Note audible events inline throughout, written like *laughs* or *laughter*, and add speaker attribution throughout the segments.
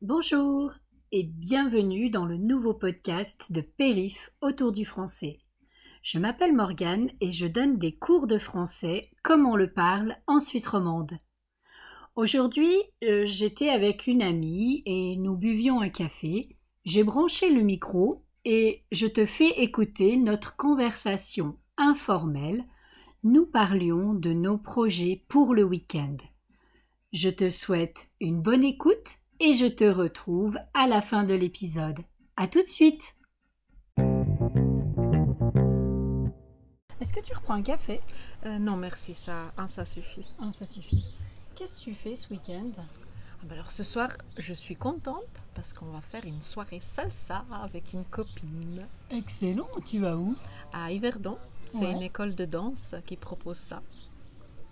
Speaker 1: Bonjour et bienvenue dans le nouveau podcast de Périph autour du français. Je m'appelle Morgane et je donne des cours de français comme on le parle en Suisse romande. Aujourd'hui, euh, j'étais avec une amie et nous buvions un café. J'ai branché le micro et je te fais écouter notre conversation informelle. Nous parlions de nos projets pour le week-end. Je te souhaite une bonne écoute et je te retrouve à la fin de l'épisode. À tout de suite. Est-ce que tu reprends un café
Speaker 2: Euh, non, merci, ça, un, ça suffit.
Speaker 1: Ah, ça suffit. Qu'est-ce que tu fais ce week-end
Speaker 2: Ah, bah alors ce soir, je suis contente parce qu'on va faire une soirée salsa avec une copine
Speaker 1: Excellent, tu vas où
Speaker 2: à Yverdon. C'est
Speaker 1: Ouais.
Speaker 2: une école de danse qui propose ça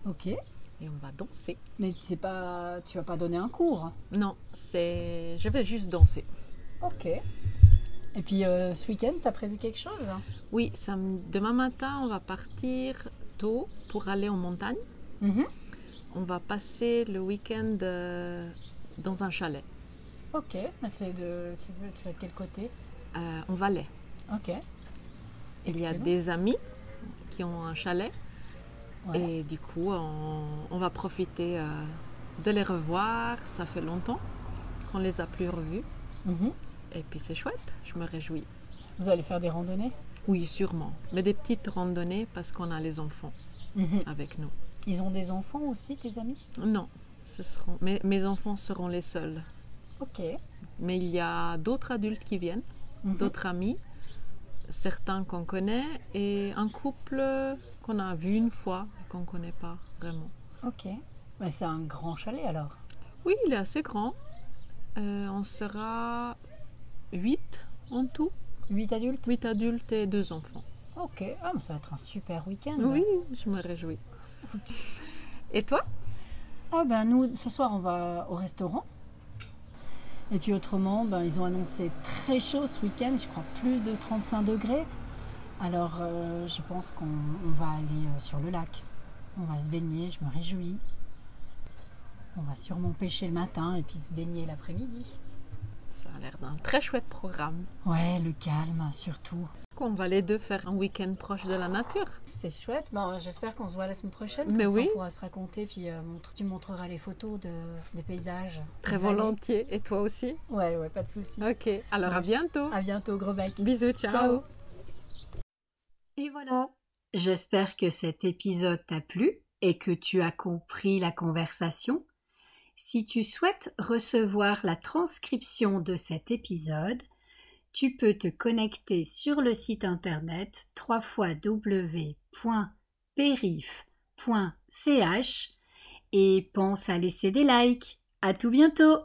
Speaker 1: Ok,
Speaker 2: et on va danser.
Speaker 1: mais c'est pas, tu vas pas donner un cours.
Speaker 2: Non, c'est. Je vais juste danser.
Speaker 1: Ok. Et puis euh, ce week-end, t'as prévu quelque chose
Speaker 2: Oui, sam- demain matin, on va partir tôt pour aller en montagne.
Speaker 1: Mm-hmm.
Speaker 2: On va passer le week-end euh, dans un chalet,
Speaker 1: Ok, mais c'est de, tu veux, tu vas de quel côté
Speaker 2: euh, en Valais.
Speaker 1: Ok.
Speaker 2: Il y a
Speaker 1: Excellent.
Speaker 2: des amis qui ont un chalet
Speaker 1: Ouais.
Speaker 2: et du coup on, on va profiter euh, de les revoir. Ça fait longtemps qu'on les a plus revus
Speaker 1: Mhm.
Speaker 2: et puis c'est chouette, je me réjouis.
Speaker 1: Vous allez faire des randonnées
Speaker 2: Oui, sûrement, mais des petites randonnées parce qu'on a les enfants
Speaker 1: Mm-hmm.
Speaker 2: avec nous.
Speaker 1: Ils ont des enfants aussi, tes amis
Speaker 2: Non, ce seront mes, mes enfants seront les seuls.
Speaker 1: Ok.
Speaker 2: Mais il y a d'autres adultes qui viennent,
Speaker 1: Mhm.
Speaker 2: d'autres amis, certains qu'on connaît et un couple qu'on a vu une fois et qu'on connaît pas vraiment.
Speaker 1: Ok. Mais c'est un grand chalet alors.
Speaker 2: Oui, il est assez grand. Euh, on sera 8 en tout.
Speaker 1: Huit adultes
Speaker 2: 8 adultes et 2 enfants.
Speaker 1: Ok. Ah, mais ça va être un super week-end.
Speaker 2: Oui, je me réjouis. *laughs* Et toi
Speaker 1: Ah ben nous, ce soir, on va au restaurant. Et puis autrement, ben, ils ont annoncé très chaud ce week-end, je crois plus de 35 degrés. Alors euh, je pense qu'on on va aller euh, sur le lac. On va se baigner, je me réjouis. On va sûrement pêcher le matin et puis se baigner l'après-midi.
Speaker 2: Ça a l'air d'un très chouette programme.
Speaker 1: Ouais, le calme surtout.
Speaker 2: On va les deux faire un week-end proche de la nature.
Speaker 1: C'est chouette. Bon, J'espère qu'on se voit la semaine prochaine.
Speaker 2: Mais
Speaker 1: comme ça,
Speaker 2: oui.
Speaker 1: on pourra se raconter. Puis euh, montre- tu montreras les photos de, des paysages.
Speaker 2: Très
Speaker 1: des vallées.
Speaker 2: volontiers. Et toi aussi
Speaker 1: Ouais, ouais, pas de souci.
Speaker 2: Ok. Alors à
Speaker 1: Ouais.
Speaker 2: bientôt.
Speaker 1: À bientôt, gros bec.
Speaker 2: Bisous, ciao.
Speaker 1: Et voilà. J'espère que cet épisode t'a plu et que tu as compris la conversation. Si tu souhaites recevoir la transcription de cet épisode, tu peux te connecter sur le site internet www.perif.ch et pense à laisser des likes. À tout bientôt!